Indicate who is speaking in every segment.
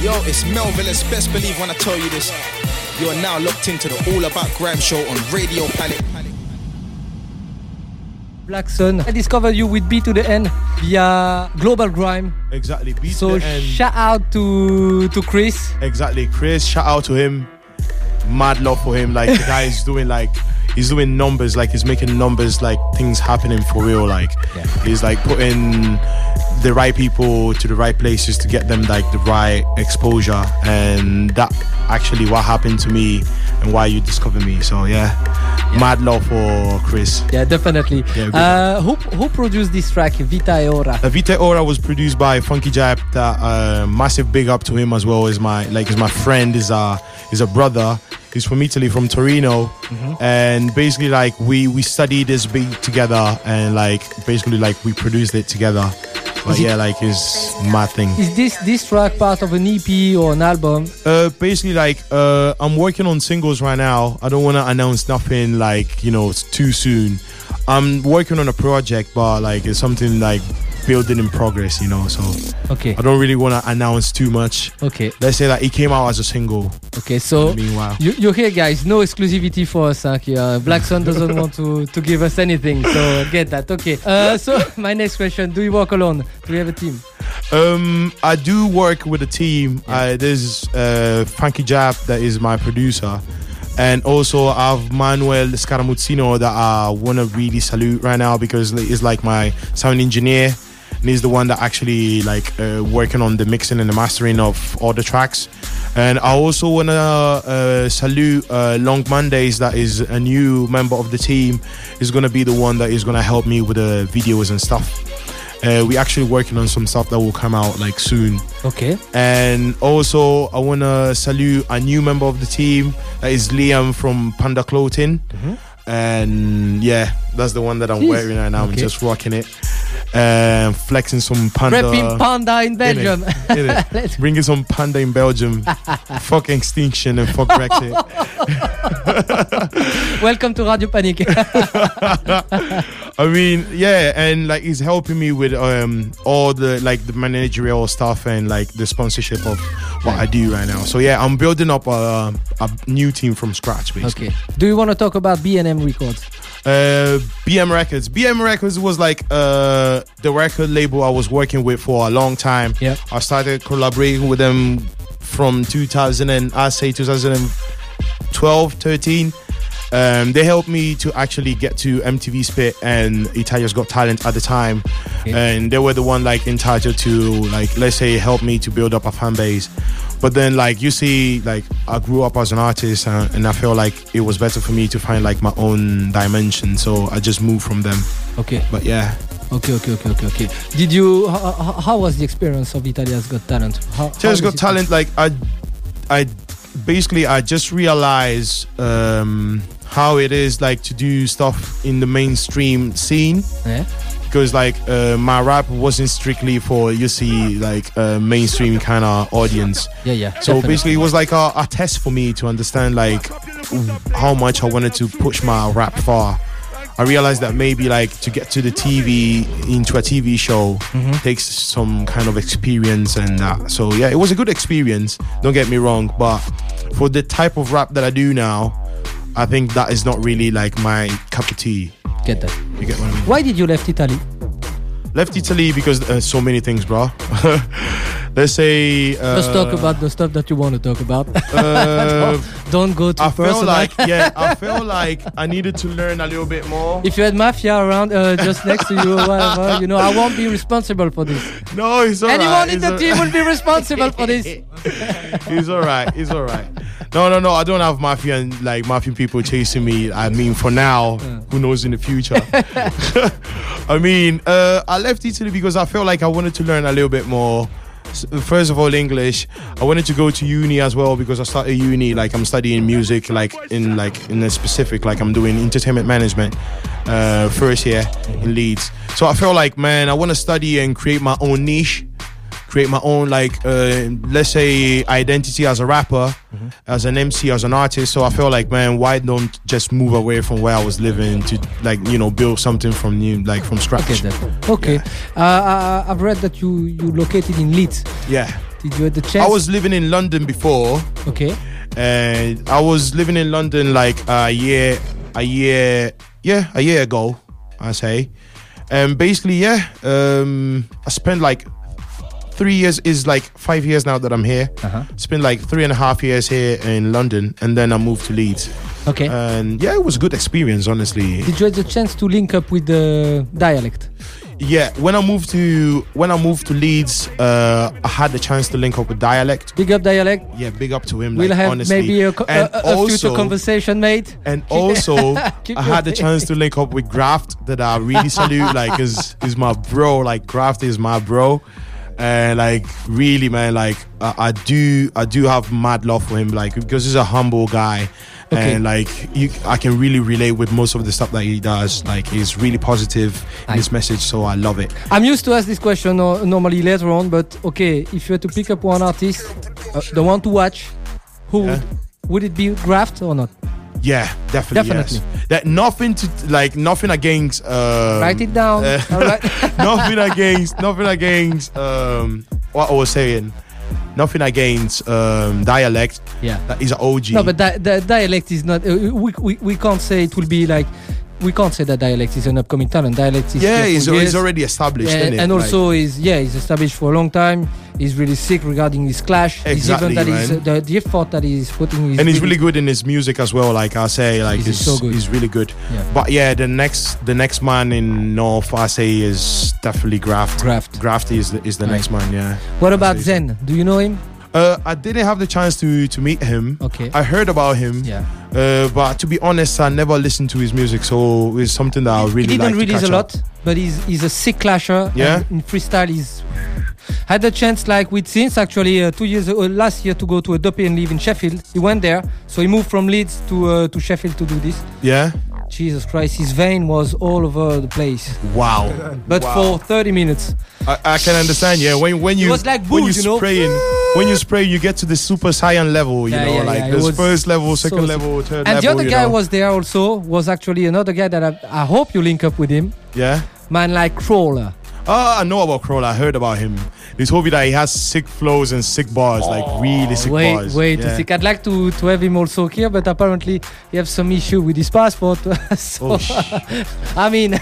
Speaker 1: Yo, it's Melville. It's best believe when I tell you this. You are now locked into the All About Grime show on Radio Panic.
Speaker 2: Black Sun. I discovered you with B to the N via Global Grime.
Speaker 3: Exactly. Beat
Speaker 2: So
Speaker 3: the end.
Speaker 2: shout out to to Chris.
Speaker 3: exactly. Chris, shout out to him. Mad love for him. Like the guy is doing like he's doing numbers. Like he's making numbers. Like things happening for real. Like he's like putting the right people to the right places to get them like the right exposure. And that actually what happened to me and why you discovered me. So yeah, mad love for Chris.
Speaker 2: Yeah, definitely.
Speaker 3: Yeah, good.
Speaker 2: uh, who who produced this track? Vita e Ora.
Speaker 3: Uh, Vita Ora was produced by Funky Jap. That uh, massive big up to him as well. Is my like is my friend. Is a is a brother. He's from Italy, from Torino, and basically like we we studied this beat together, and like basically like we produced it together.
Speaker 2: Is
Speaker 3: But
Speaker 2: it-
Speaker 3: yeah, like it's my thing.
Speaker 2: Is this this track part of an EP or an album?
Speaker 3: Uh, basically, like uh, I'm working on singles right now. I don't want to announce nothing like you know it's too soon. I'm working on a project, but like it's something like building in progress, you know. So
Speaker 2: Okay,
Speaker 3: I don't really want to announce too much.
Speaker 2: okay,
Speaker 3: Let's say that it came out as a single.
Speaker 2: okay. So
Speaker 3: Meanwhile,
Speaker 2: you, you're here, guys. No exclusivity for us. Huh? Okay, Uh, Black Sun doesn't want to to give us anything. So get that. Okay. Uh, so my next question: Do you work alone? Do you have a team?
Speaker 3: um, I do work with a team. I, there's uh, Funky Jap that is my producer, and also I have Manuel Scaramuzzino that I want to really salute right now because li- he's like my sound engineer, and he's the one that actually like uh, working on the mixing and the mastering of all the tracks. And I also want to uh, salute uh, Long Mondays, that is a new member of the team. Is going to be the one that is going to help me with the videos and stuff. Uh, we're actually working on some stuff that will come out like soon.
Speaker 2: Okay.
Speaker 3: And also, I want to salute a new member of the team that is Liam from Panda Clothing. And yeah, that's the one that I'm
Speaker 2: Jeez.
Speaker 3: wearing right now. I'm
Speaker 2: Okay.
Speaker 3: just rocking it, um, flexing some panda.
Speaker 2: Prepping panda in Belgium.
Speaker 3: in it.
Speaker 2: Let's-
Speaker 3: Bringing some panda in Belgium. fuck extinction and fuck Brexit.
Speaker 2: Welcome to Radio Panic.
Speaker 3: I mean, yeah, and like he's helping me with um all the like the managerial stuff and like the sponsorship of what I do right now. So yeah, I'm building up a, a new team from scratch, basically.
Speaker 2: okay. Do you want to talk about B&M Records?
Speaker 3: Uh, BM Records. BM Records was like uh the record label I was working with for a long time.
Speaker 2: Yep.
Speaker 3: I started collaborating with them from 2000 and I say 2012, 13. Um, they helped me to actually get to MTV Spit and Italia's Got Talent at the time, and they were the one like entitled to like let's say help me to build up a fan base. But then like you see like I grew up as an artist uh, and I feel like it was better for me to find like my own dimension, so I just moved from them.
Speaker 2: Okay.
Speaker 3: But yeah,
Speaker 2: Okay, okay, okay, okay, okay. Did you? How, how, how was the experience of Italia's Got Talent? How,
Speaker 3: Taylor's
Speaker 2: how was
Speaker 3: Got
Speaker 2: it?
Speaker 3: Talent, like I, I basically I just realized um, how it is like to do stuff in the mainstream scene
Speaker 2: Yeah.
Speaker 3: because like uh, my rap wasn't strictly for you see like uh, mainstream kind of audience.
Speaker 2: Yeah, yeah.
Speaker 3: So
Speaker 2: definitely.
Speaker 3: basically, it was like a, a test for me to understand like w- how much I wanted to push my rap far. I realized that maybe like to get to the TV into a TV show
Speaker 2: Mm-hmm.
Speaker 3: takes some kind of experience and that. So yeah, it was a good experience. Don't get me wrong, but for the type of rap that I do now, I think that is not really like my cup of tea.
Speaker 2: get that.
Speaker 3: You get what I mean?
Speaker 2: Why did you left Italy?
Speaker 3: Left Italy because uh, so many things, bro. Let's say. Uh,
Speaker 2: Let's talk about the stuff that you want to talk about.
Speaker 3: uh,
Speaker 2: Don't go too
Speaker 3: I
Speaker 2: personal.
Speaker 3: feel like yeah, I feel like I needed to learn a little bit more.
Speaker 2: if you had mafia around uh, just next to you or whatever, you know, I won't be responsible for this.
Speaker 3: No, it's alright.
Speaker 2: Anyone in
Speaker 3: it's
Speaker 2: the
Speaker 3: all-
Speaker 2: team will be responsible for this.
Speaker 3: It's alright. It's alright. No, no, no. I don't have mafia and like mafia people chasing me. I mean, for now, who knows in the future? I mean, uh, I left Italy because I felt like I wanted to learn a little bit more. S- First of all, English. I wanted to go to uni as well because I started uni. Like I'm studying music, like in like in a specific, like I'm doing entertainment management, uh, first year in Leeds. So I felt like, man, I want to study and create my own niche create my own like uh, let's say identity as a rapper as an mc as an artist so i feel like man why don't just move away from where i was living to like you know build something from new like from scratch
Speaker 2: uh, Get that. Okay. Uh, I, I've read that you you located in Leeds.
Speaker 3: yeah
Speaker 2: Did you had the chance?
Speaker 3: I was living in London before,
Speaker 2: okay.
Speaker 3: and Uh, I was living in London like a year, a year, yeah, a year ago, I say. And basically, yeah, um, I spent like three years is like five years now that I'm here.
Speaker 2: Uh-huh.
Speaker 3: Spent like three and a half years here in London, and then I moved to Leeds.
Speaker 2: Okay.
Speaker 3: And yeah, it was a good experience, honestly.
Speaker 2: Did you had the chance to link up with the dialect?
Speaker 3: Yeah, when I moved to when I moved to Leeds, uh, I had the chance to link up with dialect.
Speaker 2: Big up dialect.
Speaker 3: Yeah, big up to him.
Speaker 2: We'll
Speaker 3: like,
Speaker 2: have
Speaker 3: honestly.
Speaker 2: maybe a, co- a,
Speaker 3: and
Speaker 2: a, a future
Speaker 3: also,
Speaker 2: conversation, mate.
Speaker 3: and also, I
Speaker 2: Keep
Speaker 3: had the
Speaker 2: going.
Speaker 3: chance to link up with Graft that I really salute. Like, is is my bro. Like, Graft is my bro. And like, really, man. Like, I, I do, I do have mad love for him. Like, because he's a humble guy.
Speaker 2: Okay.
Speaker 3: And like, you, I can really relate with most of the stuff that he does. Like, he's really positive in his message, so I love it.
Speaker 2: I'm used to ask this question uh, normally later on, but okay, if you had to pick up one artist, uh, the one to watch, who
Speaker 3: Yeah.
Speaker 2: would it be? Graft or not?
Speaker 3: Yeah, definitely.
Speaker 2: Definitely.
Speaker 3: Yes. That nothing to like, nothing against. Um,
Speaker 2: Write it down.
Speaker 3: uh,
Speaker 2: All right.
Speaker 3: nothing against nothing against um what I was saying. Nothing against um dialect.
Speaker 2: Yeah.
Speaker 3: That is an OG.
Speaker 2: No, but di- the dialect is not. Uh, we, we we can't say it will be like. We can't say that dialect is an upcoming talent. Dialect is here
Speaker 3: yeah,
Speaker 2: for
Speaker 3: it's,
Speaker 2: years.
Speaker 3: it's already established,
Speaker 2: Yeah,
Speaker 3: isn't
Speaker 2: and,
Speaker 3: it?
Speaker 2: also is yeah he's established for a long time he's really sick regarding his clash He's
Speaker 3: Exactly,
Speaker 2: even that he's,
Speaker 3: man.
Speaker 2: the, the effort that he's putting is
Speaker 3: and he's really good in his music as well. Like I say, like
Speaker 2: He's
Speaker 3: he's,
Speaker 2: so good.
Speaker 3: he's really good.
Speaker 2: Yeah.
Speaker 3: But yeah, the next the next man in North, I say, is definitely Graft.
Speaker 2: Graft.
Speaker 3: Graft is the, is the next man. Yeah.
Speaker 2: what about
Speaker 3: I'd say
Speaker 2: Zen do you know him
Speaker 3: Uh, I didn't have the chance to to meet him.
Speaker 2: Okay.
Speaker 3: I heard about him.
Speaker 2: Yeah.
Speaker 3: Uh, but to be honest, I never listened to his music, so it's something that I really
Speaker 2: he didn't
Speaker 3: like to
Speaker 2: release
Speaker 3: catch
Speaker 2: a
Speaker 3: up.
Speaker 2: lot but he's he's a sick clasher
Speaker 3: Yeah.
Speaker 2: and in freestyle he's had the chance like with Sins actually uh, two years ago last year to go to a Duppy and live in Sheffield he went there so he moved from Leeds to uh, to Sheffield to do this
Speaker 3: Yeah.
Speaker 2: Jesus Christ his vein was all over the place
Speaker 3: Wow.
Speaker 2: but for
Speaker 3: Wow.
Speaker 2: 30 minutes
Speaker 3: I, I can understand. Yeah. When when you
Speaker 2: was like
Speaker 3: when you
Speaker 2: Booze, you know?
Speaker 3: spraying when you spray, you get to the super saiyan level. You
Speaker 2: Yeah,
Speaker 3: know,
Speaker 2: yeah,
Speaker 3: like
Speaker 2: yeah, it
Speaker 3: there's
Speaker 2: was
Speaker 3: first level,
Speaker 2: so
Speaker 3: second
Speaker 2: sick.
Speaker 3: level, third
Speaker 2: And
Speaker 3: level.
Speaker 2: the other
Speaker 3: you
Speaker 2: guy
Speaker 3: know?
Speaker 2: was there also, was actually another guy that I, I hope you link up with him.
Speaker 3: yeah.
Speaker 2: Man like Crawler.
Speaker 3: Oh, I know about Crawler. I heard about him. They told me that he has sick flows and sick bars, like really sick
Speaker 2: Way,
Speaker 3: bars.
Speaker 2: way too
Speaker 3: Yeah.
Speaker 2: sick. I'd like to, to have him also here, but apparently he has some issue with his passport. so,
Speaker 3: Oh, sh-
Speaker 2: I mean,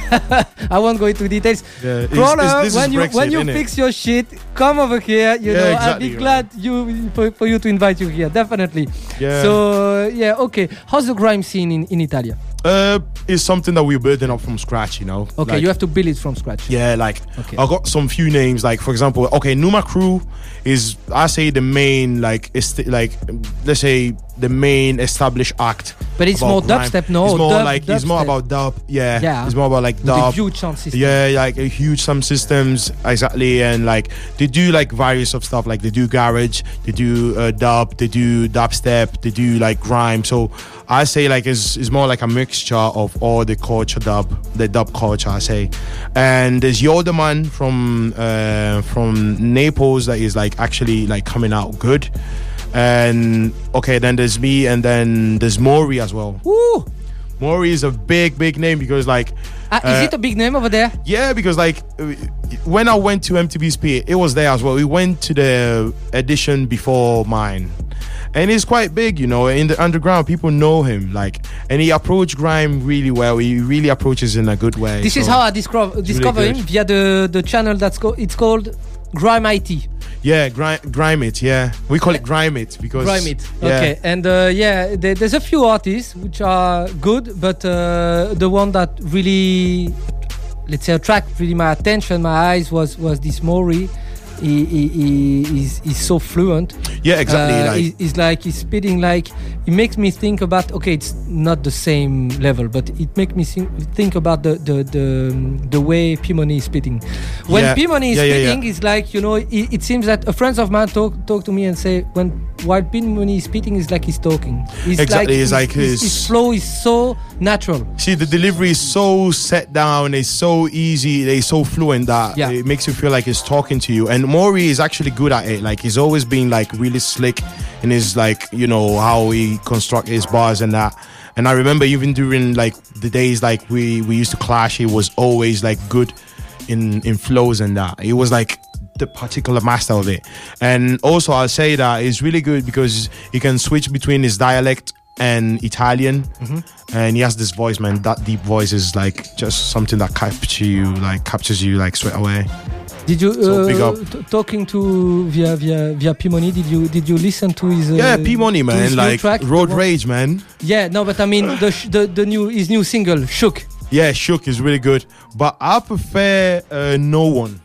Speaker 2: I won't go into details.
Speaker 3: yeah. It's-
Speaker 2: Crawler,
Speaker 3: it's- this is
Speaker 2: when you when
Speaker 3: Brexit,
Speaker 2: you
Speaker 3: innit?
Speaker 2: fix your shit, come over here. You
Speaker 3: Yeah,
Speaker 2: know,
Speaker 3: exactly,
Speaker 2: I'll be
Speaker 3: right.
Speaker 2: glad you for, for you to invite you here, definitely.
Speaker 3: Yeah.
Speaker 2: So yeah, okay. How's the grime scene in in Italy?
Speaker 3: uh, it's something that we're building up from scratch. You know.
Speaker 2: Okay,
Speaker 3: Like,
Speaker 2: you have to build it from scratch.
Speaker 3: Yeah, like
Speaker 2: Okay.
Speaker 3: I got some few names. Like for example, okay, Numa Crew is I say the main like is like let's say the main established act.
Speaker 2: But it's
Speaker 3: about
Speaker 2: more
Speaker 3: grime.
Speaker 2: dubstep, no?
Speaker 3: It's more
Speaker 2: Dub-
Speaker 3: like it's more
Speaker 2: dubstep.
Speaker 3: about dub. Yeah,
Speaker 2: Yeah.
Speaker 3: It's more about like
Speaker 2: With a
Speaker 3: dub.
Speaker 2: huge sound system.
Speaker 3: Yeah, like a huge some systems exactly, and like they do like various of stuff. Like they do garage, they do uh, dub, they do dubstep, they do like grime. So I say like it's, it's more like a mixture of all the culture dub, the dub culture. I say, and there's Yoderman from uh, from Naples that is like actually like coming out good. And okay, then there's me, and then there's Mori as well.
Speaker 2: Woo!
Speaker 3: Mori is a big, big name because like
Speaker 2: Ah,
Speaker 3: uh,
Speaker 2: is it a big name over there?
Speaker 3: yeah, because like uh, when I went to MTV's PA, it was there as well. We went to the edition before mine. And he's quite big, you know, in the underground. People know him, like, and he approached grime really well. He really approaches in a good way.
Speaker 2: This is
Speaker 3: so-
Speaker 2: how I discover discover
Speaker 3: good.
Speaker 2: him via the the channel that's co- it's called Grime IT.
Speaker 3: yeah, grime, grime it, yeah. We call it grime it because
Speaker 2: Grime it.
Speaker 3: yeah.
Speaker 2: Okay, and uh, yeah, there, there's a few artists which are good, but uh, the one that really let's say attract really my attention, my eyes was was this Mori. He, he, he he's, he's so fluent.
Speaker 3: yeah, exactly.
Speaker 2: Uh,
Speaker 3: like,
Speaker 2: he- he's like he's spitting like it makes me think about okay it's not the same level but it makes me think, think about the the the, um, the way P Money is spitting when
Speaker 3: Yeah.
Speaker 2: P Money E is
Speaker 3: Yeah, yeah, yeah.
Speaker 2: spitting it's like you know it, it seems that a friend of mine talk talk to me and say when while P Money E is spitting it's like he's talking it's
Speaker 3: Exactly, it's
Speaker 2: his-
Speaker 3: like
Speaker 2: his,
Speaker 3: his-
Speaker 2: his flow is so natural
Speaker 3: See, the delivery is so set down, it's so easy, it's so fluent that
Speaker 2: Yeah.
Speaker 3: it makes you feel like it's talking to you. And Maury is actually good at it. Like he's always been like really slick in his like, you know, how he construct his bars and that. And I remember even during like the days like we we used to clash, he was always like good in in flows and that. He was like the particular master of it. And also, I'll say that it's really good because he can switch between his dialect and Italian, and he has this voice, man. That deep voice is like just something that captures you, like captures you, like straight away.
Speaker 2: Did you
Speaker 3: So
Speaker 2: uh,
Speaker 3: big up.
Speaker 2: t- talking to via via via P Money? E, Did you did you listen to his? Uh,
Speaker 3: yeah, P Money,
Speaker 2: to his
Speaker 3: E, man.
Speaker 2: new
Speaker 3: Like
Speaker 2: track?
Speaker 3: Road
Speaker 2: What-
Speaker 3: Rage, man.
Speaker 2: Yeah, no, but I mean the sh- the, the new his new single shook.
Speaker 3: Yeah, Shook is really good, but I prefer uh, No One.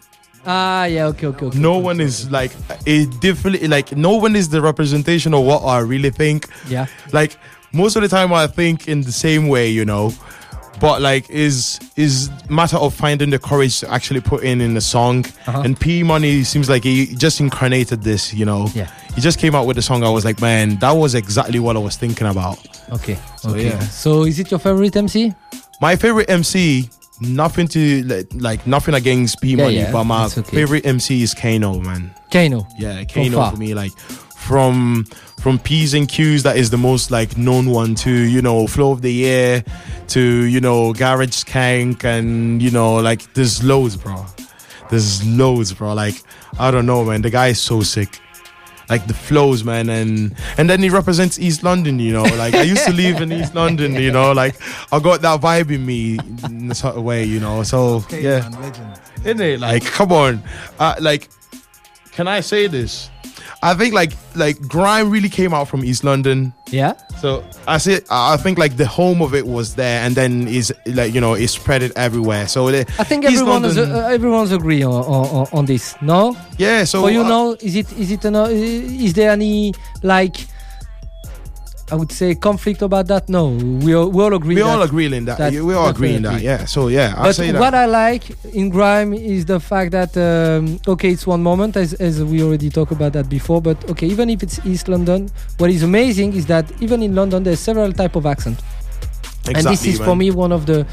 Speaker 2: Ah, yeah, okay, okay, okay.
Speaker 3: No one is like it definitely like no one is the representation of what I really think.
Speaker 2: Yeah.
Speaker 3: Like most of the time I think in the same way, you know. But like is is matter of finding the courage to actually put in in the song.
Speaker 2: Uh-huh.
Speaker 3: And P Money seems like he just incarnated this, you know.
Speaker 2: Yeah.
Speaker 3: He just came out with the song. I was like, man, that was exactly what I was thinking about.
Speaker 2: Okay, okay.
Speaker 3: yeah.
Speaker 2: So is it your favorite MC?
Speaker 3: My favorite MC, nothing to like, like nothing against P Money,
Speaker 2: yeah,
Speaker 3: but my
Speaker 2: it's okay.
Speaker 3: favorite MC is Kano, man.
Speaker 2: Kano.
Speaker 3: Yeah, Kano
Speaker 2: far.
Speaker 3: for me, like from from P's and Q's, that is the most like known one to you know Flow of the Year, to you know Garage Kank, and you know like there's loads, bro. There's loads, bro. Like I don't know, man. The guy is so sick. Like the flows, man, and and then he represents East London, you know. Like I used to live in East London, you know. Like I got that vibe in me in a sort of way, you know. So yeah, isn't it? Like, come on, uh, like, can I say this? I think like like grime really came out from East London,
Speaker 2: Yeah.
Speaker 3: so I say I I think like the home of it was there, and then is like you know it spread it everywhere. So the,
Speaker 2: I think
Speaker 3: East
Speaker 2: everyone is,
Speaker 3: London-
Speaker 2: uh, everyone's agree on, on, on this. No,
Speaker 3: yeah. So
Speaker 2: for you
Speaker 3: uh,
Speaker 2: now, is it is it an, uh, is there any like I would say conflict about that? No, we all, we all agree.
Speaker 3: we
Speaker 2: that-
Speaker 3: all agree in that.
Speaker 2: that-
Speaker 3: we all agree in that.
Speaker 2: definitely.
Speaker 3: Yeah. So yeah, I
Speaker 2: But
Speaker 3: say that.
Speaker 2: what I like in grime is the fact that um, okay, it's one moment as, as we already talked about that before. But okay, even if it's East London, what is amazing is that even in London, there's several type of accent. and this
Speaker 3: Exactly,
Speaker 2: is
Speaker 3: man.
Speaker 2: for me one of the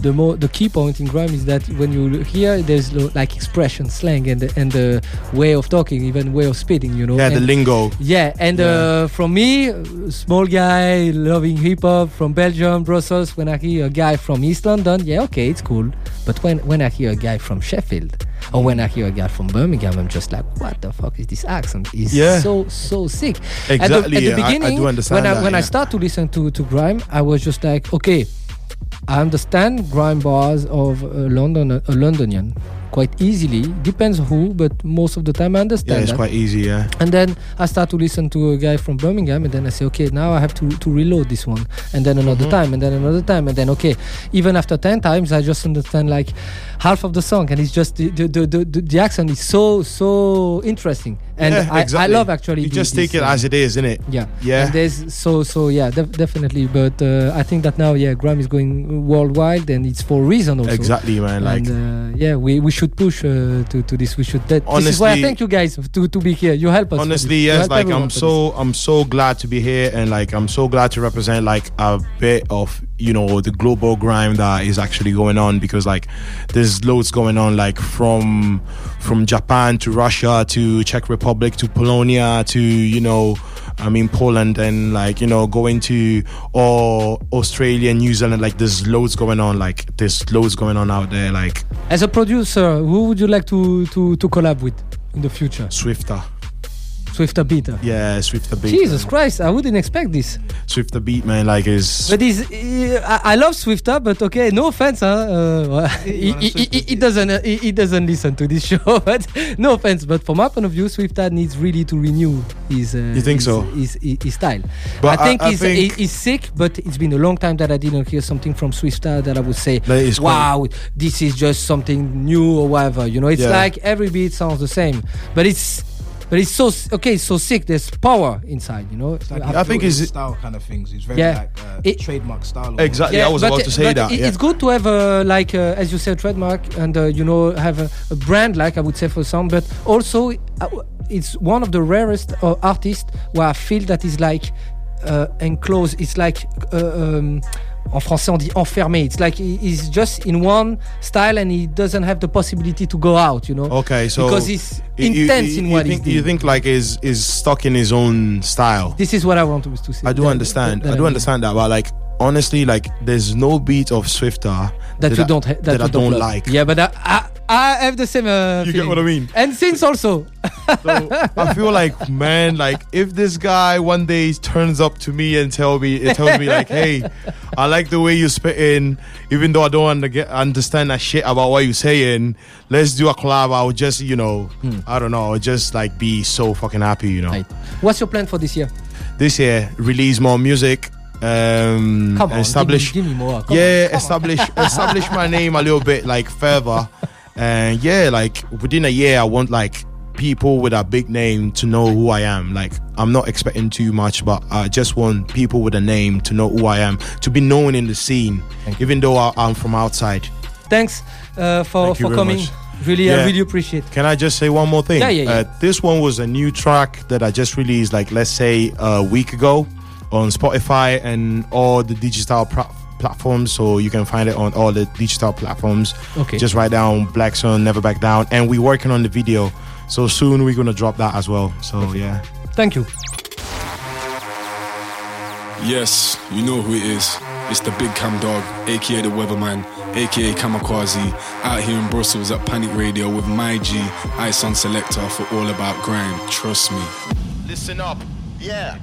Speaker 2: the more the key point in grime is that when you hear there's lo- like expression, slang, and and the way of talking, even way of speaking, you know.
Speaker 3: Yeah, the
Speaker 2: and,
Speaker 3: lingo.
Speaker 2: yeah, and Uh, from me, uh, small guy loving hip hop from Belgium, Brussels. When I hear a guy from East London, yeah, okay, it's cool. But when when I hear a guy from Sheffield, or when I hear a guy from Birmingham, I'm just like, what the fuck is this accent? It's
Speaker 3: Yeah.
Speaker 2: so so sick.
Speaker 3: Exactly,
Speaker 2: At the, at
Speaker 3: yeah,
Speaker 2: the
Speaker 3: I- I
Speaker 2: beginning,
Speaker 3: do understand
Speaker 2: when I
Speaker 3: that,
Speaker 2: when I
Speaker 3: yeah.
Speaker 2: start to listen to to grime, I was just like, okay, I understand grime bars of a London a Londonian quite easily. Depends who, but most of the time I understand.
Speaker 3: Yeah, it's
Speaker 2: that.
Speaker 3: quite easy. Yeah.
Speaker 2: And then I start to listen to a guy from Birmingham, and then I say, okay, now I have to, to reload this one, and then another
Speaker 3: Mm-hmm.
Speaker 2: time, and then another time, and then okay, even after ten times, I just understand like half of the song, and it's just the the, the, the, the accent is so so interesting, and
Speaker 3: Yeah,
Speaker 2: I,
Speaker 3: exactly.
Speaker 2: I love actually.
Speaker 3: You
Speaker 2: the-
Speaker 3: just
Speaker 2: this,
Speaker 3: take it
Speaker 2: uh,
Speaker 3: as it is, innit?
Speaker 2: yeah,
Speaker 3: Yeah.
Speaker 2: And there's so so yeah, def- definitely. But uh, I think that now yeah, Grime is going worldwide, and it's for a reason also.
Speaker 3: Exactly, man. Like
Speaker 2: and uh, yeah, we, we should push uh, to, to this. We should. That, this is why I
Speaker 3: Honestly-
Speaker 2: thank you guys to, to be here. You help us. for
Speaker 3: honestly
Speaker 2: this. You
Speaker 3: yes
Speaker 2: help
Speaker 3: like
Speaker 2: everyone
Speaker 3: i'm
Speaker 2: for
Speaker 3: so i'm so glad to be here and like i'm so glad to represent like a bit of you know the global grime that is actually going on because like there's loads going on like from from japan to russia to czech republic to polonia to you know i mean poland and like you know going to or australia new zealand like there's loads going on like there's loads going on out there like
Speaker 2: this. As a producer, who would you like to to, to collab with in the future?
Speaker 3: swifter
Speaker 2: Swifter Beater.
Speaker 3: yeah swifter beat
Speaker 2: Jesus
Speaker 3: man.
Speaker 2: Christ, I wouldn't expect this.
Speaker 3: swifter beat man like is
Speaker 2: But he's, he, I, I love Swifter, but okay, no offense, huh? Uh, he, he, he, he doesn't uh, he, he doesn't listen to this show, but no offense. But from my point of view, Swifter needs really to renew his. Uh,
Speaker 3: You think
Speaker 2: his,
Speaker 3: so?
Speaker 2: His, his, his style.
Speaker 3: But
Speaker 2: I
Speaker 3: I-
Speaker 2: think,
Speaker 3: I
Speaker 2: he's,
Speaker 3: think-
Speaker 2: he- he's sick, but it's been a long time that I didn't hear something from Swifter that I would say,
Speaker 3: That is quite-
Speaker 2: "Wow, this is just something new or whatever." You know, it's
Speaker 3: Yeah.
Speaker 2: like every beat sounds the same, but it's. But it's so s- okay, it's so sick. There's power inside, you know.
Speaker 3: I think
Speaker 4: it's
Speaker 3: it's-
Speaker 4: style kind of things. It's very
Speaker 2: Yeah.
Speaker 4: like uh,
Speaker 2: It-
Speaker 4: trademark style. or-
Speaker 3: Exactly. I was
Speaker 2: but- uh,
Speaker 3: about to say
Speaker 2: but
Speaker 3: that.
Speaker 2: it-
Speaker 3: yeah.
Speaker 2: It's good to have a like uh as you said trademark and uh, you know have a, a brand like I would say for some, but also uh, it's one of the rarest uh, artists where I feel that is like uh, enclosed. It's like. Uh, um, En français, on dit enfermé. It's like he- he's just in one style and he doesn't have the possibility to go out, you know?
Speaker 3: Okay, so
Speaker 2: Because he's
Speaker 3: you- you-
Speaker 2: intense
Speaker 3: you-
Speaker 2: in
Speaker 3: you
Speaker 2: what he's
Speaker 3: think,
Speaker 2: doing.
Speaker 3: You think like is is stuck in his own style.
Speaker 2: this is what I want to to say.
Speaker 3: I do
Speaker 2: That-
Speaker 3: understand.
Speaker 2: that
Speaker 3: I do
Speaker 2: mean.
Speaker 3: understand that, but like honestly, like there's no beat of Swifter
Speaker 2: that you don't ha-
Speaker 3: that,
Speaker 2: that,
Speaker 3: I
Speaker 2: you
Speaker 3: don't
Speaker 2: love.
Speaker 3: like.
Speaker 2: Yeah, but I, I I have the same. Uh,
Speaker 3: You get
Speaker 2: feeling.
Speaker 3: what I mean?
Speaker 2: And since also,
Speaker 3: So I feel like, man, like if this guy one day turns up to me and tell me, it tells me like, hey, I like the way you spitting, even though I don't under- get, understand that shit about what you're saying. Let's do a collab. I would just, you know,
Speaker 2: Hmm.
Speaker 3: I don't know, I would just like be so fucking happy, you know.
Speaker 2: what's your plan for this year?
Speaker 3: Hmm. This year, release more music. Um,
Speaker 2: Come on,
Speaker 3: establish,
Speaker 2: give me, give me more. Come
Speaker 3: yeah,
Speaker 2: on, come on.
Speaker 3: establish establish my name a little bit like further, and yeah, like within a year, I want like people with a big name to know who I am. Like I'm not expecting too much, but I just want people with a name to know who I am, to be known in the scene, even though I, I'm from outside.
Speaker 2: Thanks uh, for
Speaker 3: Thank you
Speaker 2: for
Speaker 3: very
Speaker 2: coming. Really, I
Speaker 3: Yeah.
Speaker 2: really appreciate.
Speaker 3: Can I just say one more thing?
Speaker 2: Yeah, yeah, yeah.
Speaker 3: Uh, this one was a new track that I just released, like let's say a week ago, on Spotify and all the digital pra- platforms. So you can find it on all the digital platforms.
Speaker 2: Okay.
Speaker 3: Just write down Black Sun, Never Back Down, and we're working on the video. So soon we're gonna drop that as well. So yeah.
Speaker 2: Thank you.
Speaker 4: Yes, you know who it is. It's the Big Cam Dog, aka the Weatherman, aka Kamikaze, out here in Brussels at Panic Radio with my G, Ice on Selector for All About Grime. Trust me.
Speaker 3: Listen up.
Speaker 5: Yeah.